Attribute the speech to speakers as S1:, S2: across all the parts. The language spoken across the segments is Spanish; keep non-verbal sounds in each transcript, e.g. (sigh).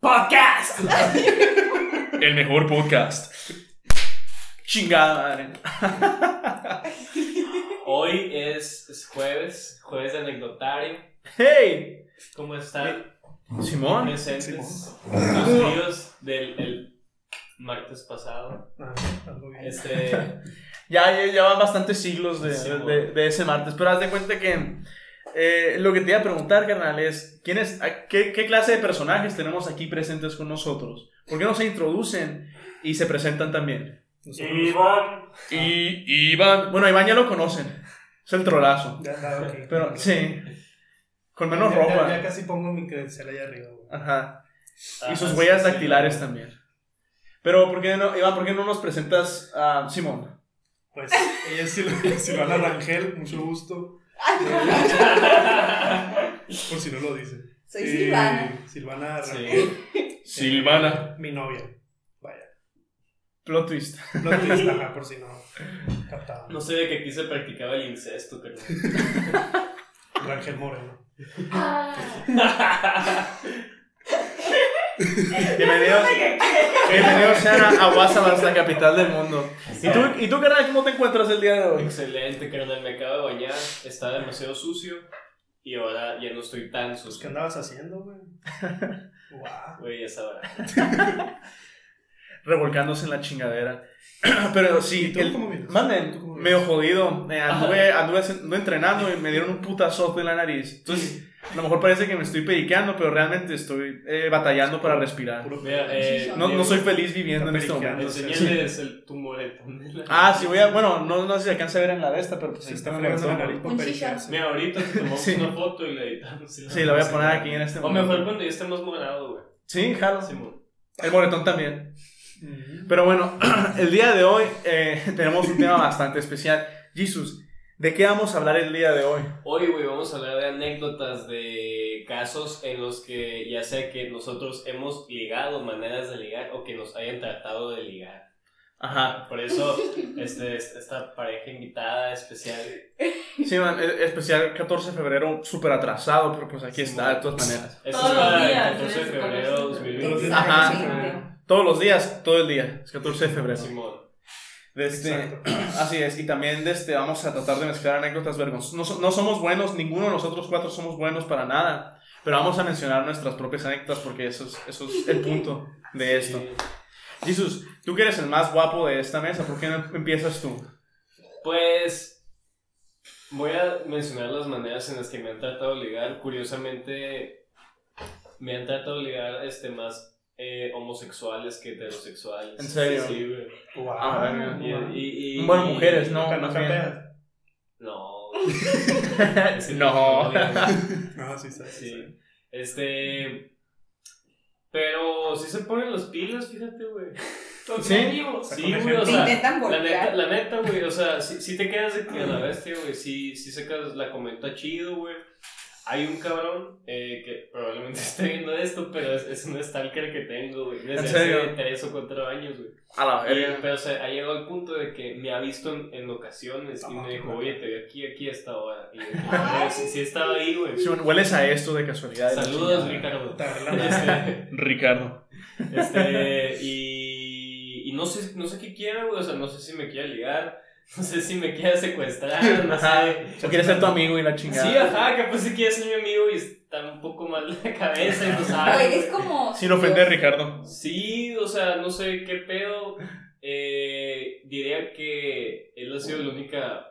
S1: ¡Podcast!
S2: El mejor podcast. Chingada madre.
S1: Hoy es, es jueves, jueves de anecdotario.
S2: ¡Hey!
S1: ¿Cómo están?
S2: Simón.
S1: Presentes. Los tíos del el martes pasado.
S2: Ah,
S1: Este.
S2: Ya, ya, ya van bastantes siglos de,
S1: Simón.
S2: de- de ese martes. Pero haz de cuenta que eh, lo que te iba a preguntar, carnal, es ¿quién es, a- qué, qué clase de personajes tenemos aquí presentes con nosotros? ¿Por qué no se introducen y se presentan también?
S3: Iván.
S2: Y Iván. Bueno, a Iván ya lo conocen. Es el trolazo.
S3: Ya, ya, ok.
S2: (laughs) Pero sí. Con menos
S3: Ya- ya-
S2: ropa.
S3: Ya, casi pongo mi credencial ahí arriba, güey.
S2: Ajá. (laughs)
S1: ah,
S2: Y sus
S1: sí,
S2: huellas
S1: sí,
S2: dactilares también. Pero, ¿por qué no, Iván, ¿por qué no nos presentas a Simón?
S3: Pues (laughs) ella es Sil- Silvana Rangel,
S1: (laughs)
S3: mucho gusto. Por si no lo dice.
S4: Soy
S3: Eh,
S4: Silvana.
S3: Silvana Rangel. Eh,
S1: Sí.
S2: Eh,
S3: Mi novia. Vaya.
S2: Plot twist.
S3: No te digas nada, por si no captaba.
S1: No sé de que aquí se practicaba el incesto, pero.
S3: Rangel Moreno.
S4: Ah,
S2: Bienvenidos, bienvenidos sean a, a Guasabas, la capital del mundo. ¿Y tú, ¿Y tú, carnal, cómo te encuentras el día de hoy?
S1: Excelente, carnal. Me acabo de bañar. Estaba demasiado sucio. Y ahora ya no estoy tan
S3: Pues, ¿Qué
S1: sucio.
S3: andabas haciendo, güey? Guau.
S1: Güey,
S2: (laughs)
S1: ya sabrá.
S2: Revolcándose en la chingadera. (clears throat) Pero sí,
S3: ¿Y tú
S2: el-
S3: cómo vienes? ¿Tú
S2: manden,
S3: cómo
S2: medio jodido. Eh, anduve, anduve haciendo- anduve entrenando y me dieron un putazo en la nariz. Entonces, a lo mejor parece que me estoy periqueando, pero realmente estoy eh, batallando para respirar.
S3: Puro-
S1: Mira, eh,
S2: No, no soy feliz viviendo en
S3: Está
S2: este momento.
S3: periqueando.
S1: Enseñales el tumor. el-
S2: Ah, sí, voy a. Bueno, no, no sé si alcanza a ver en la de esta, pero pues
S3: Se
S2: ahí
S3: está
S2: está
S3: fregando la nariz por
S4: Un chicha.
S3: periquearse.
S1: Mira, ahorita te tomamos
S2: Sí.
S1: una foto y la editamos. y la
S2: Sí, la voy a
S1: mandamos.
S2: poner aquí en este
S1: O
S2: momento.
S1: mejor cuando ya esté más morado, güey.
S2: Sí, jalo.
S1: Simón.
S2: El moretón también.
S3: Ujú.
S2: Pero bueno, (clears throat) el día de hoy eh, (laughs) tenemos un tema bastante especial. Jesus, ¿de qué vamos a hablar el día de hoy?
S1: Hoy, güey, vamos a hablar de anécdotas de casos en los que ya sea que nosotros hemos ligado, maneras de ligar, o que nos hayan tratado de ligar.
S2: Ajá.
S1: Por
S4: (laughs)
S1: eso, este, esta pareja invitada especial.
S2: Sí, man, el- el especial 14 de febrero, súper atrasado, pero pues aquí
S1: Sí,
S2: está,
S1: man.
S2: de todas maneras.
S1: Esto
S4: Todos
S1: es
S4: los
S1: para el
S4: días, ¿eh?
S1: 14 de
S4: tienes que
S1: febrero de
S4: conocer.
S1: 2020.
S2: Ajá.
S4: Ajá.
S2: Todos los días, todo el día, es 14 de febrero.
S1: Simón.
S2: De este, (clears throat)
S3: Exacto.
S2: así es, y también de este, vamos a tratar de mezclar anécdotas vergonzosas. No, so- no somos buenos, ninguno de nosotros cuatro somos buenos para nada, pero vamos a mencionar nuestras propias anécdotas porque eso es, eso es el punto de esto.
S1: Sí.
S2: Jesus, tú que eres el más guapo de esta mesa, ¿por qué no empiezas tú? (laughs)
S1: Pues voy a mencionar las maneras en las que me han tratado de ligar. Curiosamente, me han tratado de ligar este, más eh, homosexuales que heterosexuales.
S2: ¿En serio?
S1: Sí, güey.
S3: Guau.
S2: Ah, verga.
S1: Y- y- y-
S2: Bueno, mujeres,
S1: y-
S2: no,
S3: Nunca-
S2: más
S3: nunca
S2: bien.
S3: pedas.
S1: No.
S2: (laughs) No.
S3: No, Ah, sí, sí, sí.
S1: Sí. Este. Pero si se ponen los pilas, fíjate, güey.
S2: ¿Sí?
S1: Sí,
S3: Saca un
S1: güey, o
S3: ejemplo.
S4: Te
S1: sea,
S4: intentan
S1: La neta,
S4: voltear.
S1: la neta, güey, o sea, si, si te quedas de que a la bestia, güey, si, si sacas la comenta chido, güey. Hay un cabrón eh, que probablemente (laughs) esté viendo esto, pero es, es un stalker que tengo, güey, desde
S2: ¿En serio?
S1: hace 3 o 4 años, güey.
S2: A la
S1: Y- Pero o sea, ha llegado al punto de que me ha visto en, en ocasiones y
S3: Ah,
S1: me dijo,
S3: qué
S1: oye, te veo aquí, aquí hasta ahora. Y yo,
S4: Ay.
S1: sí, sí estaba ahí, güey.
S2: Sí, bueno, Hueles a esto de casualidad. de la
S1: Saludos,
S2: chingada.
S1: Ricardo.
S3: Te agarré la nariz.
S1: Este,
S2: Ricardo.
S1: Este, y, y no sé, no sé qué quiera, güey. O sea, no sé si me quiere ligar, (laughs) no sé si me quiere secuestrar, no
S2: Ajá.
S1: sé.
S2: O quieres ser tu amigo y la chingada.
S1: Sí, ajá, capaz si quiere ser mi amigo y está un poco mal de la cabeza y no sabe.
S4: Güey, es
S1: güey.
S4: como.
S2: Sin ofender, Ricardo.
S1: Sí, o sea, no sé qué pedo. Eh, diría que él ha sido la única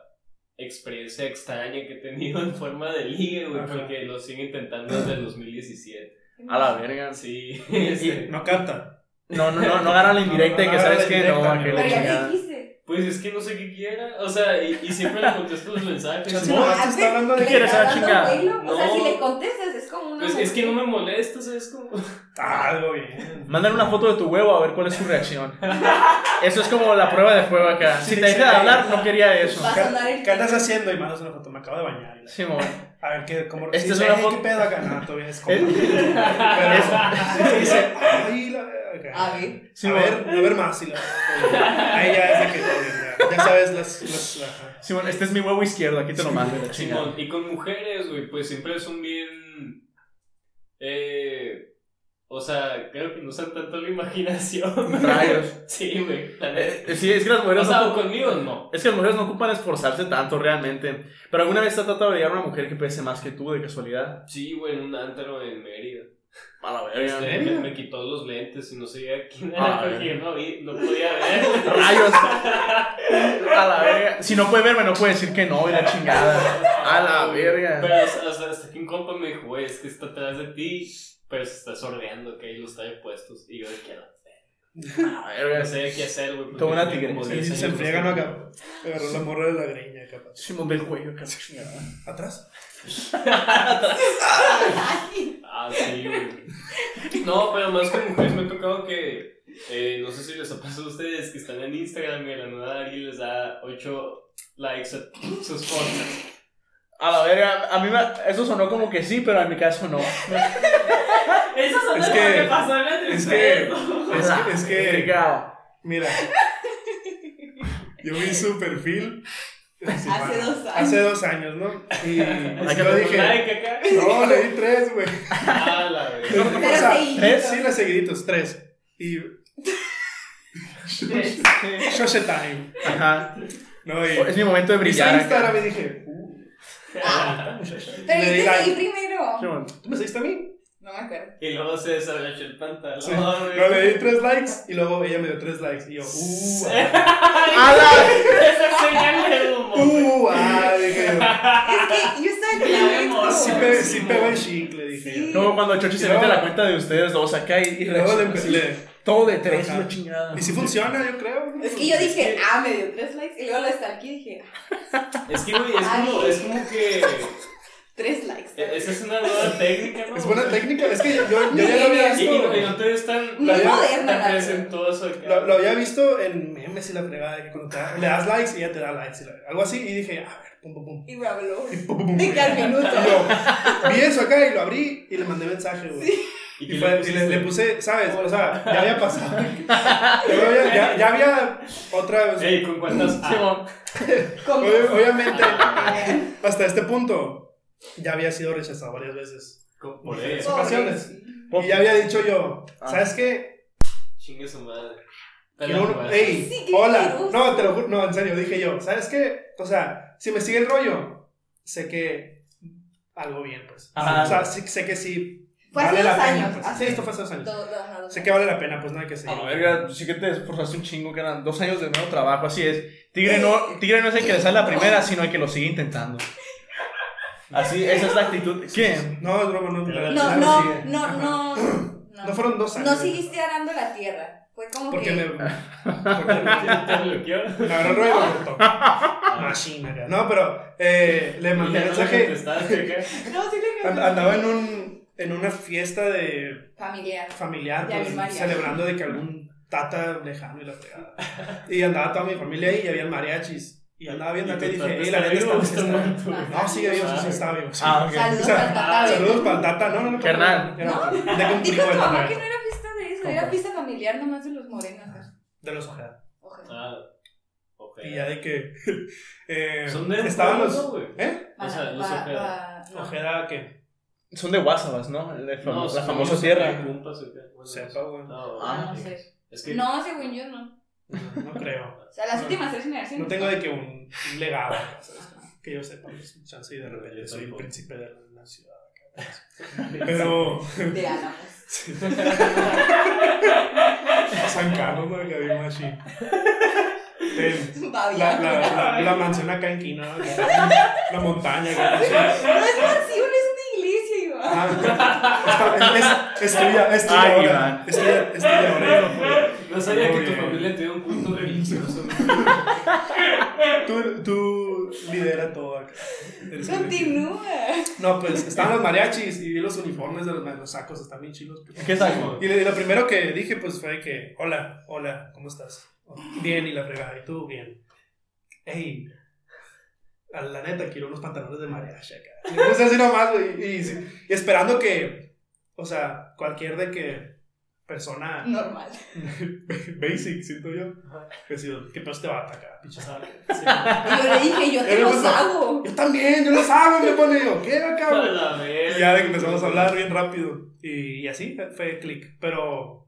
S1: experiencia extraña que he tenido en forma de ligue, güey,
S3: Ajá.
S1: porque lo sigo intentando desde el 2017.
S2: A la verga.
S1: Sí,
S2: (laughs)
S1: este.
S2: Y-
S3: No capta.
S2: No, no, no, no agarra la indirecta y que sabes que no, a que
S4: Pero
S2: la
S4: ya
S2: chingada.
S4: le dijiste.
S1: Pues es que no sé qué quiera. O sea, y, y siempre le contesto los mensajes.
S3: Chance
S1: ¿no?
S3: nomás te está hablando de
S4: Le
S2: quieres,
S4: está
S2: a la
S4: dando
S2: chingada?
S4: vuelo, O sea,
S1: No.
S4: si le contestas, es como una.
S1: Pues es que no
S4: mujer.
S2: (laughs)
S1: me molesta, ¿sabes? Como...
S3: Ah, algo bien.
S2: Mándale una foto de tu huevo a ver cuál es su reacción. Eso es como la prueba de fuego acá. Si te deja de hablar, no quería eso.
S4: Vas a andar en-
S3: ¿Qué andas haciendo? Y mandas una foto. Me acabo de bañar.
S2: Sí, mo.
S3: A ver qué, cómo
S2: Esta
S3: sí,
S2: es una
S3: "Ey,
S2: foto-
S3: ¿Qué pedo acá? No, todavía es
S1: (laughs)
S3: como. Pero
S2: (laughs)
S3: sí, dice, ay, la verga.
S4: A ver.
S2: Sí,
S3: a
S2: bueno.
S3: ver, a ver más. Y la, ahí ya es de que todo bien, ya, ya sabes las. las ajá.
S2: Simón, este es mi huevo izquierdo, aquí te lo mando. la chingada.
S1: Simón, y con mujeres, güey, pues siempre son bien. Eh, o sea, creo que no usan tanto la imaginación. (laughs)
S2: Rayos.
S1: Sí, güey. la neta.
S2: Eh, eh, sí, es que las
S1: O
S2: mujeres
S1: sea,
S2: no,
S1: o conmigo no.
S2: es que las mujeres no ocupan esforzarse tanto realmente. Pero alguna vez te has tratado de llegar a una mujer que pese más que tú de casualidad.
S1: Sí, güey, en un antro en Mérida.
S2: A la verga.
S1: Este, me, me quitó los lentes y no sabía quién
S2: Ah,
S1: era porque
S2: eh.
S1: yo no, vi, no
S2: (laughs)
S1: podía ver.
S2: Rayos. A la verga. Si no puede verme, no puede decir que no, y la chingada. A la
S1: Pero
S2: verga.
S1: hasta, hasta- hasta que un compa me dijo, güey, es que está atrás de ti, pero se está sordeando, que ahí los trae puestos. Y yo de que no,
S2: A la
S1: no
S2: verga.
S1: sabía qué hacer, güey. porque
S2: Como una
S1: tenía
S2: tigre.
S1: como
S2: Sí,
S3: Y
S1: 10
S3: se
S1: años.
S3: friegan acá. Agarró la morra de la greña, capaz.
S2: Simón del cuello, que la chingada.
S3: ¿Atrás?
S4: (laughs) Ay,
S1: (laughs) Ah, sí, güey. No, pero más con mujeres me ha tocado que. eh, no sé si les ha pasado a ustedes que están en Instagram y de la nada alguien les da 8 likes a sus fotos.
S2: A la verga, a mí me- eso sonó como que sí, pero en mi caso no.
S4: Eso son
S3: Es
S4: lo
S3: que-
S4: que pasó en la
S3: es
S4: tripe.
S3: Es que- es que-
S2: Verga.
S3: Mira. Yo vi su perfil. Hace
S4: dos años.
S3: Hace dos años, ¿no? Y
S2: Hay que
S3: yo
S2: poner
S1: Un
S3: (laughs) dije.
S1: like acá.
S3: No, le di tres, güey.
S1: Ah, la verdad.
S3: Pero,
S4: Pero
S3: o sea,
S4: seguiditos.
S3: tres, sí, las seguiditos, tres. Y
S4: Tres.
S3: Shoshe Time.
S2: Ajá.
S3: No, y
S2: Es mi momento de
S3: vi su
S2: brillar.
S3: Instagram
S2: acá.
S3: y dije, uh,
S4: Pero
S3: Le
S4: yo
S3: di
S4: te
S3: like.
S4: seguí primero.
S2: Simón.
S3: ¿tú me seguiste a mí?
S4: No me acuerdo.
S1: Y luego se desarrolló el pantalón.
S3: Sí.
S1: güey.
S3: No, le di tres likes y luego ella me dio tres likes. Y yo, uh, ah,
S2: A la-
S1: Esa señal de humo. güey.
S3: uh, ah, dije yo.
S4: Es que yo estaba en el
S1: Ya
S4: momento.
S1: vemos.
S3: Sí, pe, sí pegó el chic, le dije
S4: Sí.
S3: yo.
S2: Como cuando Chochi se
S3: No.
S2: mete a la cuenta de ustedes dos acá y, y
S3: Y luego le
S2: reacciona
S3: empecé.
S2: así.
S3: le-
S2: Todo de tres,
S3: Ajá.
S2: la chingada.
S3: Y si funciona, yo creo.
S4: Es que yo dije, ah, me dio tres likes. Y luego lo stalkeé y dije, ah,
S1: Es que, güey, es como, es como que. e,
S4: tres likes.
S1: Esa es una nueva técnica, ¿no?
S3: Es buena técnica, es que yo, yo ya lo había
S1: Y, y no- y
S3: visto.
S1: no te ves tan.
S4: Muy
S1: tan-
S4: moderna la-
S1: Tan presentoso acá.
S3: Lo, lo había visto en memes y la fregada de que cuando te da- le das likes y ella te da likes. y la- algo así, y dije, a ver, pum, pum, pum.
S4: Y me habló.
S3: Y pum, pum, pum.
S4: De que al minuto.
S3: Y yo, vi eso acá y lo abrí y le mandé mensaje, güey.
S1: qué
S3: Y, fue- y le, le puse, ¿sabes? O sea, ya había pasado. Yo había- ya, ya había otra vez.
S1: Ey, ¿con cuántas? Ah,
S2: Simón.
S4: Con
S3: Obvia- Obviamente,
S4: Ah,
S3: hasta este punto, ya había sido rechazado varias veces.
S1: con- por eso.
S3: Son ocasiones.
S4: pobre.
S3: Y ya había dicho yo, ¿sabes qué?
S1: Chingue su madre. Te la
S3: Yo,
S1: jugaste.
S3: ey,
S4: Sí, qué
S3: hola.
S4: asqueroso.
S3: No, te lo juro, no, en serio, dije yo, ¿sabes qué? O sea, si me sigue el rollo, sé que algo bien, pues.
S2: Ajá.
S3: O sea, sí- sé que sí.
S4: Fue hace dos años.
S3: pena. pues.
S4: hace-
S3: Sí, esto fue hace dos años.
S4: Dos- dos- ajá, dos
S3: Sé que vale la pena, pues nada que seguir.
S2: A la verga, sí que te esforzaste un chingo, que eran dos años de nuevo trabajo, así es. Tigre no, tigre no es el que le sale la primera, sino el que lo sigue intentando. Así, esa es la actitud. ¿Quién?
S3: No, es broma, no. la-
S4: No,
S3: la-
S4: no,
S3: sigue.
S4: no,
S3: Ajá.
S4: no, no.
S3: No fueron dos años.
S4: No seguiste arando la tierra. Fue como
S3: Porque
S4: que.
S3: me. Porque
S1: ¿Te bloqueó?
S3: me agarró el rollo y lo botó.
S2: (laughs)
S3: Machine, acá. No, pero eh, le
S1: Y
S3: Ah, mandé
S1: ya no le
S3: mensaje.
S1: contestaste
S3: (laughs)
S1: acá.
S4: (laughs) No, sí le
S3: And- Andaba en un en una fiesta de
S4: Familiar.
S3: familiar,
S4: Ya
S3: pues,
S4: vi mariachi.
S3: celebrando de que algún tata lejano y la fregada. Y andaba toda mi familia ahí y había mariachis. Y andaba viendo
S1: Y
S3: acá y
S1: tu
S3: dije,
S1: tata
S3: "Ey, la
S1: está
S3: neta está
S1: vivo,
S3: está-
S1: está muerto.
S3: No, sigue vivo, sí, sí, está vivo. sí".
S2: Ah, ok.
S4: Saludos
S3: O sea,
S4: al tata Beto.
S3: Saludos para el tata, no, no, no.
S2: Carnal.
S3: Era de
S4: Dijo
S3: un primo de
S4: tu mamá
S3: tata.
S4: que no era fiesta de eso, era
S2: Compa.
S4: fiesta familiar nomás de los morenos.
S3: De los ojeras.
S4: Ojalá.
S1: Ah, ok.
S3: Y ya de que. (laughs) eh,
S1: Son de.
S3: Estaban
S1: pueblo,
S3: los.
S1: ¿no, güey?
S3: ¿Eh?
S1: Ah, O sea, los
S4: Va-
S1: ojeras.
S4: va- no.
S3: Ojeda que.
S2: Son de Guasabas, ¿no? El de fam-
S1: No,
S2: la
S1: son
S2: famosa
S1: los
S2: tierra.
S1: Cumpas acá. Bueno,
S3: Sepa, güey.
S1: no,
S4: Ah,
S2: Ah,
S4: no sé.
S1: Es (laughs) que.
S4: No, según yo no.
S3: No creo.
S4: O sea, las
S3: No.
S4: últimas tres generaciones.
S3: No tengo de que un, un legado, ¿sabes?
S4: Ajá.
S3: que yo sepa, pues, chance y de rebelde, soy el
S1: Tampoco.
S3: príncipe de la ciudad. Pero
S4: De Álamos.
S3: San Carlos, ¿no? que había más así. Ten, La, la,
S4: Babián.
S3: la, la mansión acá en Quina, ¿no? la montaña. acá, no sé.
S4: No es mansión, es una iglesia, Iván.
S3: Ah, está- es, es tuya, es tuya
S2: Ay,
S3: ahora.
S2: Iván.
S3: Es tuya, es tuya ahora.
S1: No sabía que
S3: Muy
S1: tu
S3: bien.
S1: familia tenía un culto religioso.
S3: Tú, tú lidera todo acá.
S4: Continúa.
S3: No, pues estaban los mariachis y vi los uniformes de los, los sacos, están bien chilos.
S2: ¿Qué saco?
S3: Y le- lo primero que dije, pues, fue que, hola, hola, ¿cómo estás? Oh, Bien, y la fregada, ¿y tú? Bien. Ey, a la neta, quiero unos pantalones de mariachi acá. Y me puse así nomás, güey, y, y- y esperando que, o sea, cualquier de que persona (laughs)
S4: Normal.
S3: basic, siento yo, que si, ¿qué pedo este vato acá, pinche sabe? Sí.
S4: Y yo le dije, yo te
S3: Él
S4: los
S3: empezó.
S4: hago.
S3: Yo también, yo lo sabe, me pone yo, ¿qué acá, güey?
S1: la verga.
S3: Y ya de que empezamos a hablar bien rápido. Y, y así fue clic. Pero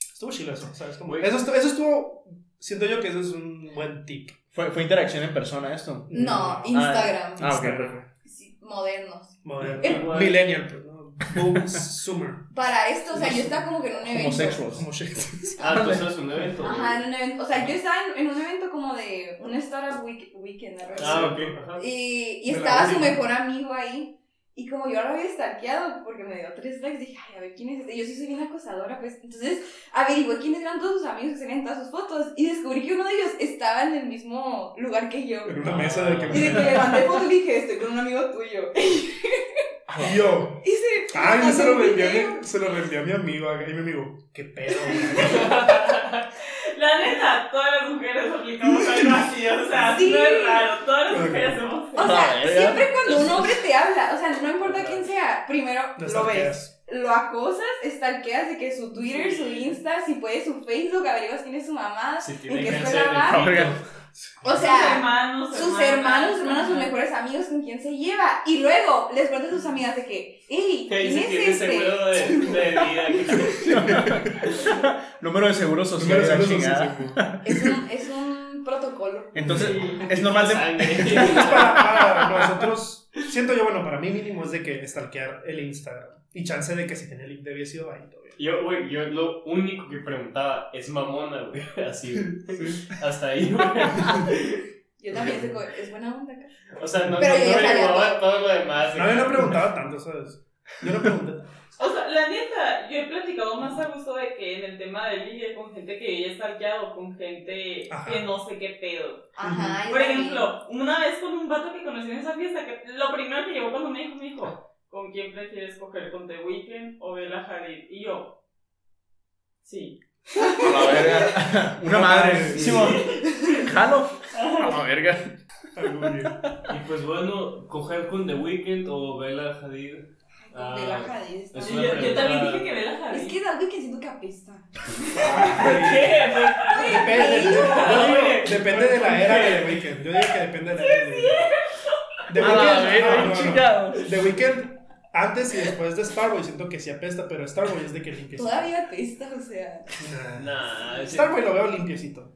S3: estuvo chido eso, ¿sabes? Como,
S1: Güey.
S3: eso, estu- eso estuvo. Siento yo que eso es un buen tip.
S2: Fue, fue interacción en persona esto.
S4: No,
S3: Mm.
S4: Instagram.
S2: Ah, ok,
S4: Sí, modernos.
S3: Moderno.
S4: Eh,
S1: Igual.
S3: Millennial, pues, ¿no? Boom, Summer.
S4: Para esto, o sea, yo estaba (laughs) como que en un evento.
S2: Homosexuals.
S3: Como shit.
S1: Ah, tú estás en un evento. güey.
S4: Ajá, en un evento. O sea, yo estaba en, en un evento como de un startup week- weekend, algo así.
S1: Ah, ok. ajá.
S4: Y, y
S3: De la
S4: estaba su
S3: última.
S4: mejor amigo ahí. Y como yo lo había stalkeado porque me dio tres likes, dije, ay, a ver quién es este. Yo sí soy bien acosadora, pues. Entonces averigué quiénes eran todos sus amigos que tenían todas sus fotos. Y descubrí que uno de ellos estaba en el mismo lugar que yo.
S3: En una mesa de que
S4: Y de que le mandé foto y le dije, estoy con un amigo tuyo.
S3: Y yo.
S4: Y se.
S3: Ay, yo se lo
S4: mandó un
S3: reenvié, a
S4: video.
S3: mi- se lo reenvié a mi amigo. acá, Y mi amigo, qué pedo, güey?
S4: (laughs)
S5: La neta, todas las mujeres aplicamos algo así, o sea,
S4: Sí.
S5: no es raro, todas las mujeres somos...
S4: O sea,
S2: Ah,
S4: siempre cuando un hombre te habla, o sea, no importa quién sea, primero
S3: Las
S4: lo ves,
S3: arqueas.
S4: lo acosas, stalkeas de que su Twitter, su Insta, si puedes su Facebook, averiguas quién es su mamá,
S1: Si
S4: en
S1: tiene
S4: qué
S1: cáncer
S4: escuela
S1: de
S4: va.
S2: pito.
S4: O
S5: sus
S4: sea,
S5: hermanos,
S4: sus hermanos, hermanas, sus
S5: ajá.
S4: mejores amigos, con quién se lleva. Y luego les cuentas a sus amigas de que, hey,
S1: Que
S4: ¿quién
S1: dice tiene
S4: es este?
S1: seguro de, de vida. que-
S2: (laughs) Número de seguro social.
S3: Número
S2: la
S3: de seguro
S2: chingada.
S4: Es un, es un protocolo.
S2: Entonces, es normal de.
S1: Sangre.
S3: para, para nosotros, siento yo, bueno, para mí mínimo es de que stalkear el Instagram. Y chance de que si tenía el link de haber sido ahí todavía.
S1: (laughs) Yo, güey, yo lo único que preguntaba es mamona, güey. (laughs) Así, güey. Hasta ahí, güey.
S4: Yo también sé que es buena onda acá.
S1: O sea, no, no,
S4: Pero yo ya
S1: no
S4: sabía
S1: llevaba todo lo demás.
S3: No, yo no preguntaba tanto, ¿sabes? Yo no pregunté tanto.
S5: O sea, la neta, yo he platicado más a gusto de que en el tema de ligue con gente que ya está arqueado, con gente
S3: Ajá.
S5: que no sé qué pedo.
S4: Ajá, yo
S5: Por
S4: también.
S5: ejemplo, una vez con un vato que conocí en esa fiesta, que lo primero que llegó cuando me dijo, me dijo, ¿con quién prefieres coger? ¿Con The Weeknd o Bella Hadid? Y yo, sí.
S2: A la
S3: (laughs)
S2: verga. Una madre. Simón. Jalo. A la verga.
S3: Algún día.
S1: Y pues bueno, coger con The Weeknd o Bella Hadid.
S4: Con Bella Hadid está
S1: es
S5: Y
S4: muy
S5: yo,
S1: una
S5: yo
S4: buena.
S1: pregunta-
S5: también dije que Bella Hadid.
S4: Es que da algo que siento que apesta.
S5: ¿Por qué? ¿Por qué?
S3: Depende,
S4: Ay,
S3: yo digo,
S1: Oye,
S3: depende de la era de The Weeknd. Yo digo que depende de la era de The Weeknd. The Weeknd, no, no, no.
S2: chingados.
S3: The Weeknd, antes y después de Starboy, siento que sí apesta, pero Starboy es de que limpiecito.
S4: Todavía apesta, o sea,
S3: Nah.
S1: Nah, ese-
S3: Starboy lo veo limpiecito.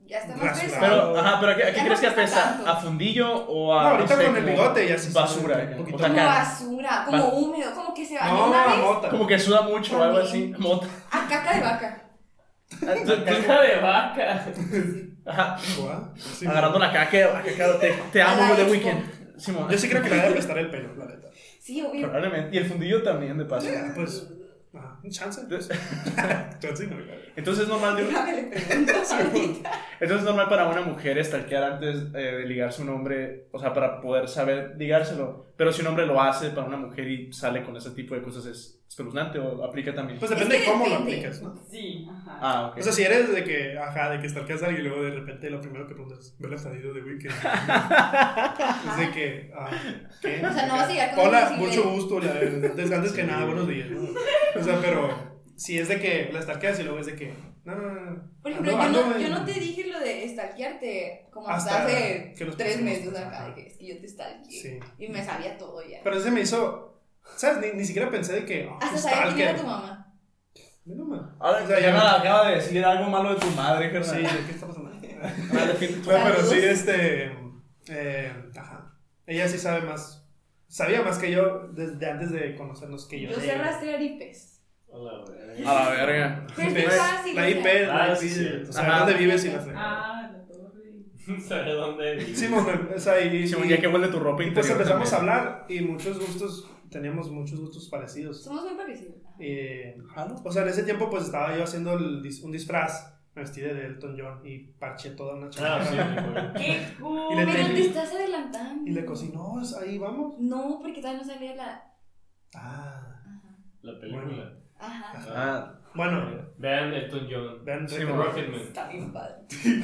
S4: ya está más
S3: Rasurado.
S4: pesado.
S2: Pero, ajá, pero ¿a qué, a qué
S4: Ya no
S2: crees que
S4: pesa
S2: apesta?
S4: tanto.
S2: ¿A fundillo o a.?
S3: No, ahorita
S2: sé,
S3: con el
S2: como
S3: bigote ya se está
S2: Basura.
S3: un poquito-
S2: O
S4: Como
S2: tacán.
S4: basura, como
S2: Va-
S4: húmedo, como que se bañó
S3: No,
S4: una
S3: la
S4: vez
S3: mota.
S2: Como que suda mucho o algo así. Mota.
S4: a caca de vaca.
S1: Tortuga de vaca.
S2: Ajá.
S3: Ah, sí.
S2: Agarrando la caca. la caca, Te, te
S4: A
S2: amo
S4: la
S2: de
S4: expo.
S2: weekend. Simón.
S3: Yo sí creo que le va a apestar el pelo, la neta.
S4: Sí, obvio.
S2: Probablemente. Y el fundillo también, de paso.
S3: Ah, Pues, ah, un chance. (laughs) Chance y no, la neta.
S2: Entonces es normal de un-
S4: Déjame le
S3: (laughs)
S4: pregunto ahorita.
S2: entonces es normal para una mujer stalkear antes eh, de ligarse a un hombre, o sea, para poder saber ligárselo. Pero si un hombre lo hace para una mujer y sale con ese tipo de cosas es espeluznante o aplica también.
S3: Pues depende
S4: Es
S3: de
S4: que
S3: cómo lo
S4: depende.
S3: aplicas, ¿no?
S5: Sí, ajá.
S2: ah, ok.
S3: O sea, si eres de que, ajá, de que stalkeas a alguien y luego de repente lo primero que preguntas, ¿ve la salida de Weekend? es de que, ah, ¿qué?
S4: O sea, no vas a llegar con
S3: Hola,
S4: un
S3: mucho
S4: posible-
S3: gusto, la verdad. Antes- Antes que nada, buenos días, ¿no? O sea, pero si es de que la stalkeas y luego es de que, no, no, no, no.
S4: Por ejemplo,
S3: Ando-
S4: yo, no,
S3: ando
S4: yo no
S3: en-
S4: te dije lo de estalquearte como
S3: Hasta
S4: hasta hace
S3: que nos
S4: tres
S3: pusimos,
S4: meses acá,
S3: ajá.
S4: de que es que yo te stalkeé.
S3: Sí.
S4: Y me sabía todo ya.
S3: Pero ese me hizo, ¿sabes? Ni, ni siquiera pensé de que, ah,
S4: Hasta sabía quién era
S3: stalker.
S4: tu mamá.
S3: No, man.
S2: Ahora
S3: Ah, O sea, ya
S2: me
S3: no-
S2: acaba de decir algo malo de tu madre, carnal.
S3: (laughs) Sí, ¿de ¿qué está pasando?
S2: Vale, fin.
S3: No, pero sí,
S4: Saludos.
S3: este. eh, ajá. Ella sí sabe más. Sabía más que yo desde antes de conocernos que yo.
S4: Yo sé
S3: llegué.
S4: rastrear IPs.
S1: Hola, güey. (laughs)
S2: A la verga.
S4: Pero es bien
S3: Ves,
S4: fácil.
S3: (laughs) La
S4: o sea.
S3: IP, la
S1: Ah,
S3: IP.
S1: sí, cierto.
S3: o sea,
S2: Ajá.
S3: dónde vives y la sé.
S5: Ah, la torre.
S1: ¿Sabe dónde?
S3: Sí, mon, o sea, y.
S2: Simón,
S3: y-
S2: ya que huele tu ropa
S3: y
S2: interior.
S3: pues empezamos a
S2: también.
S3: hablar y muchos gustos. Teníamos muchos gustos parecidos.
S4: Somos muy parecidos.
S3: Eh,
S2: Ah, no.
S3: o sea, en ese tiempo, pues estaba yo haciendo el dis- un disfraz Me vestí de Elton John y parché toda una
S1: Ah, sí,
S3: chamarra.
S5: ¡Qué cool!
S3: Y le
S4: Pero te
S3: entendí.
S4: estás adelantando.
S3: Y le cocinó, "Pues, ahí vamos.
S4: No, porque todavía no salía la.
S3: Ah.
S4: Ajá.
S1: la película.
S4: Ajá.
S2: Ah,
S3: Bueno,
S1: Vean Elton John.
S3: vean,
S2: Sí,
S3: Rocket-
S2: mo-
S1: Rocketman.
S4: Está bien padre.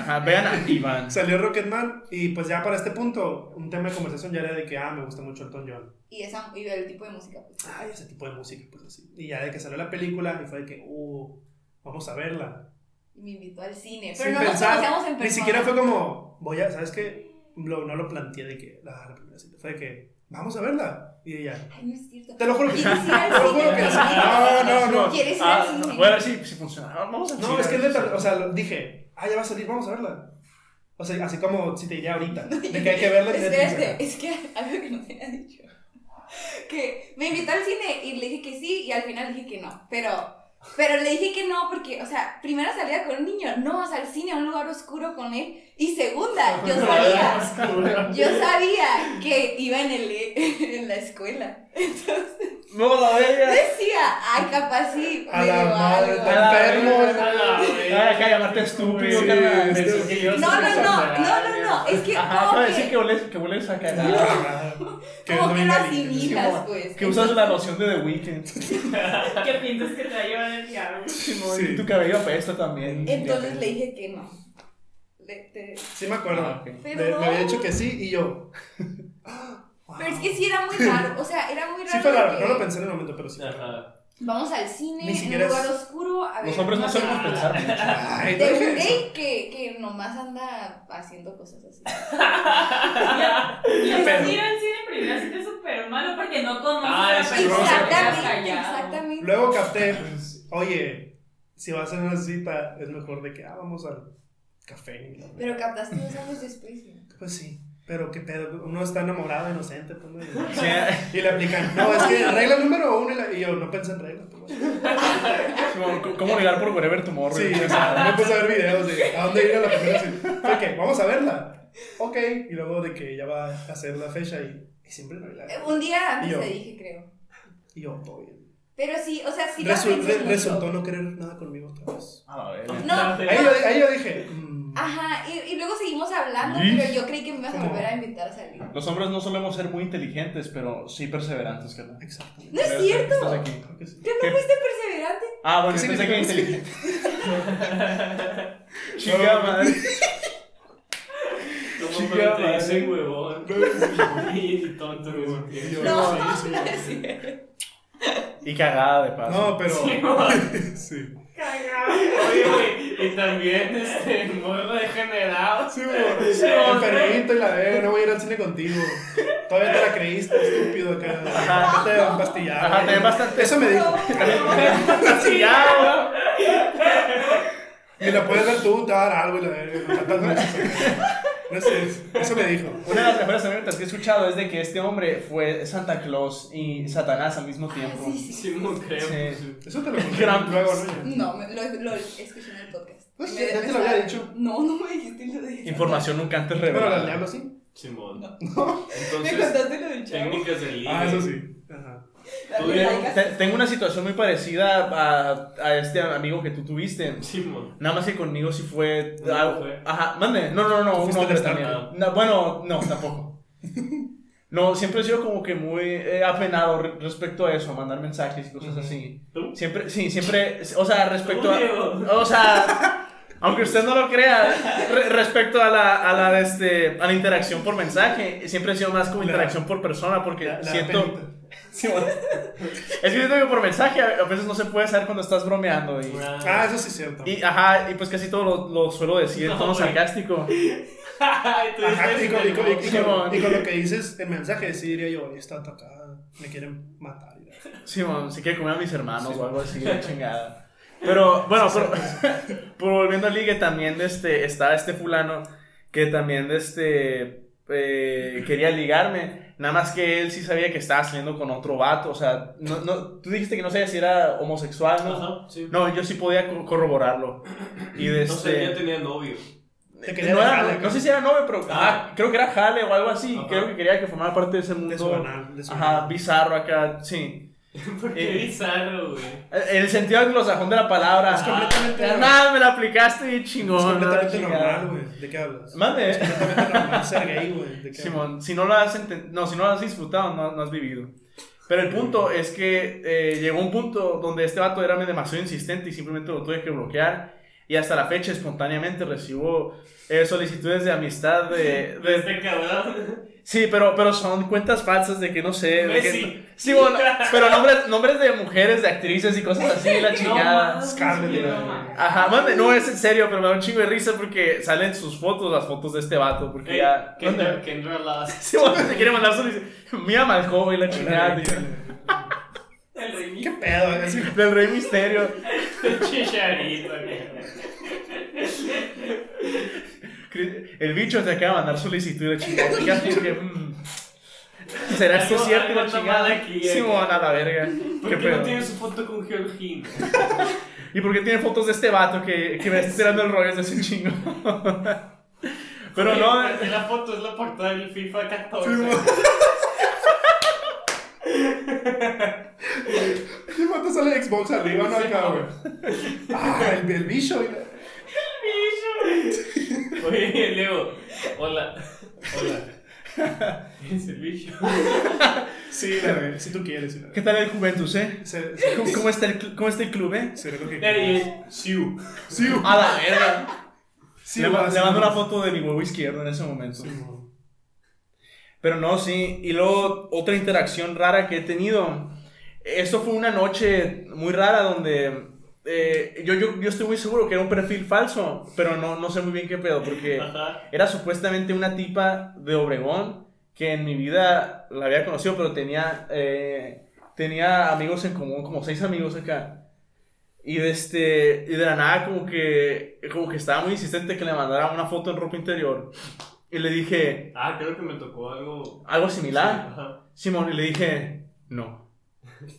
S2: ajá, vean a Iván.
S3: Salió Rocketman y pues ya para este punto, un tema de conversación ya era de que, ah, me gusta mucho Elton John.
S4: Y, esa, y el tipo de música. pues.
S3: Ay, ese tipo de música, pues así. Y ya de que salió la película y fue de que, uh, vamos a verla.
S4: Y me invitó al cine. Pero
S3: Sin
S4: no
S3: pensar,
S4: nos conocíamos en persona.
S3: Ni siquiera fue como, voy a, ¿sabes qué? Lo- no lo planteé de que, ah, la, la primera cita. Fue de que, vamos a verla. Y ella,
S4: Ay, no es cierto.
S3: te lo juro que sí.
S4: ¿Quieres ir
S3: Te
S4: al
S3: lo juro que sí. (laughs) No, no, no.
S4: ¿Quieres ir
S2: Ah,
S4: al cine?
S2: voy a ver si, si funciona. Ah, Vamos a
S3: No, es que neta, o sea, lo- dije, ah, ya va a salir, vamos a verla. O sea, así como si te diría ahorita, de que hay que verla. en Netflix, ¿verdad?
S4: Espérate, (laughs) es este, que algo que no te había dicho. Que me invitó al cine y le dije que sí y al final dije que no. Pero, pero le dije que no porque, o sea, primera salida con un niño, no vas al cine a un lugar oscuro con él. Y segunda, yo sabía, yo sabía que iba en, el, (laughs) en la escuela. Entonces
S2: No, la bella.
S4: decía, ay, capaz sí.
S3: A
S4: me
S3: la
S4: dio
S3: madre,
S4: algo".
S3: tan
S4: (laughs)
S3: enfermo.
S1: Ah,
S2: Ay, acá llamarte estúpido,
S3: Sí,
S2: carnal.
S3: es que-
S4: No, no, no, no, no, no, es que
S2: Ajá,
S4: como
S2: acaba de
S4: que-
S2: decir que hueles, que hueles a cagar.
S3: Ah,
S4: como que
S3: no
S4: lo
S3: me engañes.
S4: asimilas, pues.
S2: Que usas la noción de The
S3: (laughs)
S2: Weeknd.
S5: ¿Qué piensas que te va a llevar el diablo?
S2: Y tu cabello apesta también.
S4: Entonces le dije que no. Le- te-
S3: Sí me acuerdo.
S2: Ah, ok.
S3: Me,
S4: Pero,
S3: me
S4: no.
S3: había dicho que sí y yo. ah, wow.
S4: (gasps) Pero es que sí era muy raro, o sea, era muy raro. ¿eh?
S3: Ah. Sí fue
S4: de
S3: raro,
S4: que
S3: no lo pensé en el momento, pero sí. fue raro.
S1: Ajá.
S4: Vamos al cine,
S3: Ni
S4: en
S3: siquiera
S4: un lugar
S3: es-
S4: oscuro, a ver.
S2: Los hombres no
S4: una
S2: sabemos
S4: película.
S2: pensar mucho.
S3: Ay,
S4: De
S3: no
S4: un
S3: dije eso.
S4: gay que, que nomás anda haciendo cosas
S3: (laughs)
S4: así.
S5: Y
S3: Pero-
S5: es ir al cine primero sí es súper malo porque no conoces
S1: Ah,
S5: a la
S1: es que
S5: persona.
S1: no sabes.
S5: te
S4: Exactamente,
S5: quedas callado.
S4: exactamente.
S3: Luego capté, pues, oye, si vas a una cita, es mejor de que, ah, vamos al café. ¿no?
S4: Pero captaste dos años después. ¿no?
S3: Pues sí, pero qué pedo, uno está enamorado, inocente, pues, ¿no?
S2: Sí, (laughs) eh,
S3: Y le aplican, no, es que regla número uno, y, la- y yo no pensé en reglas. pues, bueno.
S2: como- como- ¿Cómo ligar por Wherever Tomorrow? (laughs)
S3: Sí, o sea, me puse a ver videos de a dónde ir a la primera cita. Fue que, vamos a verla. Ok, y luego de que ya va a hacer la fecha y, y siempre no hay la-
S4: Eh, Un día antes
S3: Yo.
S4: te dije, creo.
S3: Y yo, todo bien.
S4: Pero sí, o sea, sí la
S3: Resu-
S4: pensé
S3: re-
S4: mucho.
S3: resultó no querer nada conmigo otra vez.
S2: A ver.
S4: No, Ah,
S3: Ahí yo, ahí yo dije, mm,
S4: Ajá, y, y luego seguimos hablando,
S2: Ish.
S4: pero yo creí que me ibas a
S3: ¿Cómo?
S4: volver a invitar a salir.
S2: Los hombres no solemos ser muy inteligentes, pero sí perseverantes, carnal.
S3: exactamente.
S4: No es cierto.
S2: Estás aquí.
S3: Creo que sí.
S4: ¿Tú no fuiste perseverante?
S2: Ah, bueno,
S3: ¿Qué
S2: yo pensé que
S3: significa
S2: inteligente. (laughs) Chica madre.
S1: ¿Cómo
S2: Chica,
S1: te dicen
S2: madre.
S3: (laughs)
S1: huevón? Y tonto.
S3: Yo,
S4: No,
S3: sí, sí.
S4: no es cierto.
S2: Y cagada de paso.
S3: No, pero. (laughs)
S1: Sí, mamá.
S3: Sí.
S5: Cagado.
S1: Oye, güey, y también este morro degenerado.
S3: Sí, güey. Enfermito y la verga, no voy a ir al cine contigo. Todavía te la creíste, estúpido acá.
S2: Ajá.
S3: Te van a pastillar.
S2: Ajá, te ven bastante.
S3: Eso me dijo.
S2: Chillado.
S3: Y la puedes ver tú, te va a dar algo y la verga. no, tantas veces. No sé, eso me dijo.
S2: Una de las mejores anécdotas que he escuchado es de que este hombre fue Santa Claus y Satanás al mismo tiempo.
S4: Ah, Sí, sí.
S1: Sí, no creo. pues,
S2: Sí.
S3: Eso te lo conté
S2: Gran-
S3: luego, ¿no?
S4: No, me- lo, lo escuché en el podcast.
S3: Pues,
S4: Me-
S3: ya
S4: me
S3: te lo había
S4: estaba-
S3: dicho.
S4: No, no me dijiste lo de
S2: Información nunca antes
S3: Pero la
S2: revelada.
S3: diablo sí.
S1: Simón.
S4: Me
S1: (laughs) Entonces,
S4: contaste lo del chavo.
S1: (laughs) técnicas del ligue.
S3: Ah, eso sí. Ajá.
S4: La
S1: Tú
S4: verdad,
S1: bien.
S4: casi-
S2: Te- Tengo una situación muy parecida a, a este amigo que tú tuviste.
S1: Simón.
S2: Nada más que conmigo sí fue.
S1: Una
S2: ah,
S1: mujer.
S2: Ajá, mande. No, no, no, no, un
S3: Fuiste
S2: hombre
S3: tratado.
S2: también. No, bueno, no, tampoco. No, siempre he sido como que muy eh, apenado re- respecto a eso, a mandar mensajes y cosas así.
S1: ¿Tú?
S2: Siempre, sí, siempre, o sea, respecto
S1: ¿Tú,
S2: a...
S1: Diego?
S2: O sea, aunque usted no lo crea, re- respecto a la, a, la, de este, a la interacción por mensaje, siempre he sido más como
S3: La-
S2: interacción por persona porque
S3: La, la
S2: siento...
S3: pelita.
S2: Sí, bueno. es que siento que por mensaje a veces no se puede saber cuando estás bromeando y...
S3: Ah, eso sí es cierto.
S2: Y, ajá, y pues casi todo lo, lo suelo decir en
S1: No,
S2: tono
S1: güey.
S2: sarcástico.
S1: (laughs) Ay, tú
S3: Ajá,
S1: dices
S3: y, con, y con- y con-
S2: Simón.
S3: y con lo que dices en mensaje, sí diría yo, está atacada, me quieren matar. y la-
S2: Sí, bueno, si quiere comer a mis hermanos o algo así, la chingada. Pero, bueno, pero, (laughs) pero volviendo al ligue, también este, estaba este fulano que también este, eh, quería ligarme. Nada más que él sí sabía que estaba saliendo con otro vato. O sea, no, no, tú dijiste que no sabías si era homosexual, ¿no?
S1: Ajá, sí. No,
S2: No, yo sí podía co- (clears throat) corroborarlo. Y de este,
S1: sé, ya tenía
S3: (laughs)
S1: novio.
S3: Te quería
S2: no, era-
S3: dejar de-
S2: no sé si era novio, pero
S1: Ah.
S2: ajá, creo que era Jale o algo así.
S1: Ajá.
S2: Creo que quería que formara parte de ese mundo.
S3: De su banal, de su
S2: Ajá,
S3: banal.
S2: bizarro acá, sí.
S1: Porque
S2: Eh.
S1: bizarro, güey.
S2: El sentido anglosajón de la palabra.
S3: Es completamente
S2: Ah,
S3: normal.
S2: nada, me la aplicaste y
S3: Es
S2: chingón.
S3: completamente
S2: ¿no?
S3: normal, güey. ¿De qué hablas?
S2: Mande.
S3: Es completamente normal ser gay, güey. ¿De qué
S2: (laughs)
S3: hablas?
S2: Simón, si no lo has enten- no, si no lo has disfrutado, no, no has vivido. Pero el punto es que eh, llegó un punto donde este vato era demasiado insistente y simplemente lo tuve que bloquear. Y hasta la fecha espontáneamente recibo eh, solicitudes de amistad de... de-
S1: Este cabrón.
S2: Sí, pero, pero son cuentas falsas de que no sé... de que-
S1: Messi.
S2: Sí, bueno, pero nombres, nombres de mujeres, de actrices y cosas así,
S1: (laughs)
S2: la chingada.
S5: mames,
S3: Scarlett,
S5: sí,
S3: güey.
S5: no mames.
S2: Ajá, mande, no, es en serio, pero me da un chingo de risa porque salen sus fotos, las fotos de este vato, porque
S1: Ey,
S2: ya...
S1: Kendra, Kendra
S2: (laughs)
S1: Last.
S2: Sí, bueno, te quiere mandar solicitud. Mira Malco y la chingada.
S3: Hola,
S2: tío.
S5: El remix.
S3: ¿Qué pedo? Es-
S2: Del Rey Misterio.
S1: (laughs) Chicharito, güey.
S2: El bicho te acaba de mandar solicitud y la chingada. Te quedas como que, mm, ¿Será esto
S1: Algo-
S2: cierto y la
S1: algo anda
S2: chingada?
S1: mal aquí, eh.
S2: Sí, bueno, a la verga.
S1: ¿Por
S2: ¿Qué
S1: qué
S2: pedo?
S1: no tiene su foto con Georgina?
S2: ¿Y por qué tiene fotos de este vato que, que me está tirando el rollo desde ese chingo? Pero
S1: Oye,
S2: no.
S3: eh.
S1: porque La foto es la portada del FIFA 14.
S3: El vato sale de Xbox arriba, no acá, güey. Ah, el, el bicho, güey.
S1: (laughs) Oye, Leo. Hola. Hola.
S3: (laughs)
S1: Es el bicho.
S3: Sí, la ve, si tú quieres. sí, la ve.
S2: ¿Qué tal el Juventus, eh?
S3: Se- se-
S2: ¿Cómo, cómo está, el, cl- ¿Cómo está el club, eh?
S3: Será lo que
S1: Nadie
S3: quieras.
S1: es Siu.
S3: Sí, güey.
S2: A la verga.
S3: Sí,
S2: le,
S3: güey,
S2: ma-
S3: sí,
S2: le mando
S3: güey.
S2: una foto de mi huevo izquierdo en ese momento.
S3: Sí, güey.
S2: Pero no, sí. Y luego otra interacción rara que he tenido. Esto fue una noche muy rara donde eh, yo, yo, yo estoy muy seguro que era un perfil falso, pero no, no sé muy bien qué pedo, porque
S1: Ajá.
S2: era supuestamente una tipa de Obregón que en mi vida la había conocido, pero tenía, eh, tenía amigos en común, como seis amigos acá. Y de, este, y de la nada como que, como que estaba muy insistente que le mandara una foto en ropa interior. Y le dije
S1: Ah, creo que me tocó algo.
S2: algo similar.
S1: Ajá.
S2: Simón, y le dije, no.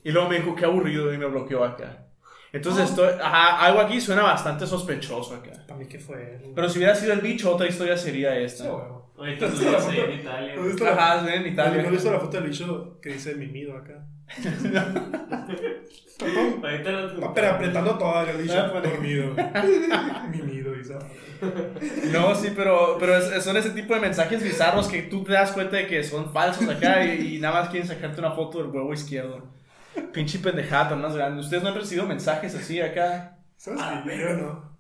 S2: Y luego me dijo, qué aburrido, y me bloqueó acá. Entonces, estoy, ajá, algo aquí suena bastante sospechoso acá.
S3: Para mí que fue. él.
S2: Pero si hubiera sido el bicho, otra historia sería
S3: Sí,
S2: esta.
S3: güey.
S1: Oye, tú lo haces en Italia. güey.
S2: Ajá, sí, en
S3: ¿No he
S2: Italia.
S3: visto la foto del bicho que dice mimido acá? Está todo-
S1: Ahorita no
S3: va,
S1: te.
S3: (laughs) Ah, Pero apretando todo el bicho
S2: Ah, pues.
S3: dormido. (laughs) mimido, dice.
S2: No, sí, pero, pero es- son ese tipo de mensajes bizarros que tú te das cuenta de que son falsos acá y, y nada más quieren sacarte una foto del huevo izquierdo. Pinche pendejada tan más grande. ¿Ustedes no han recibido mensajes así acá?
S3: ¿Sabes
S1: Ah,
S3: qué? Yo no.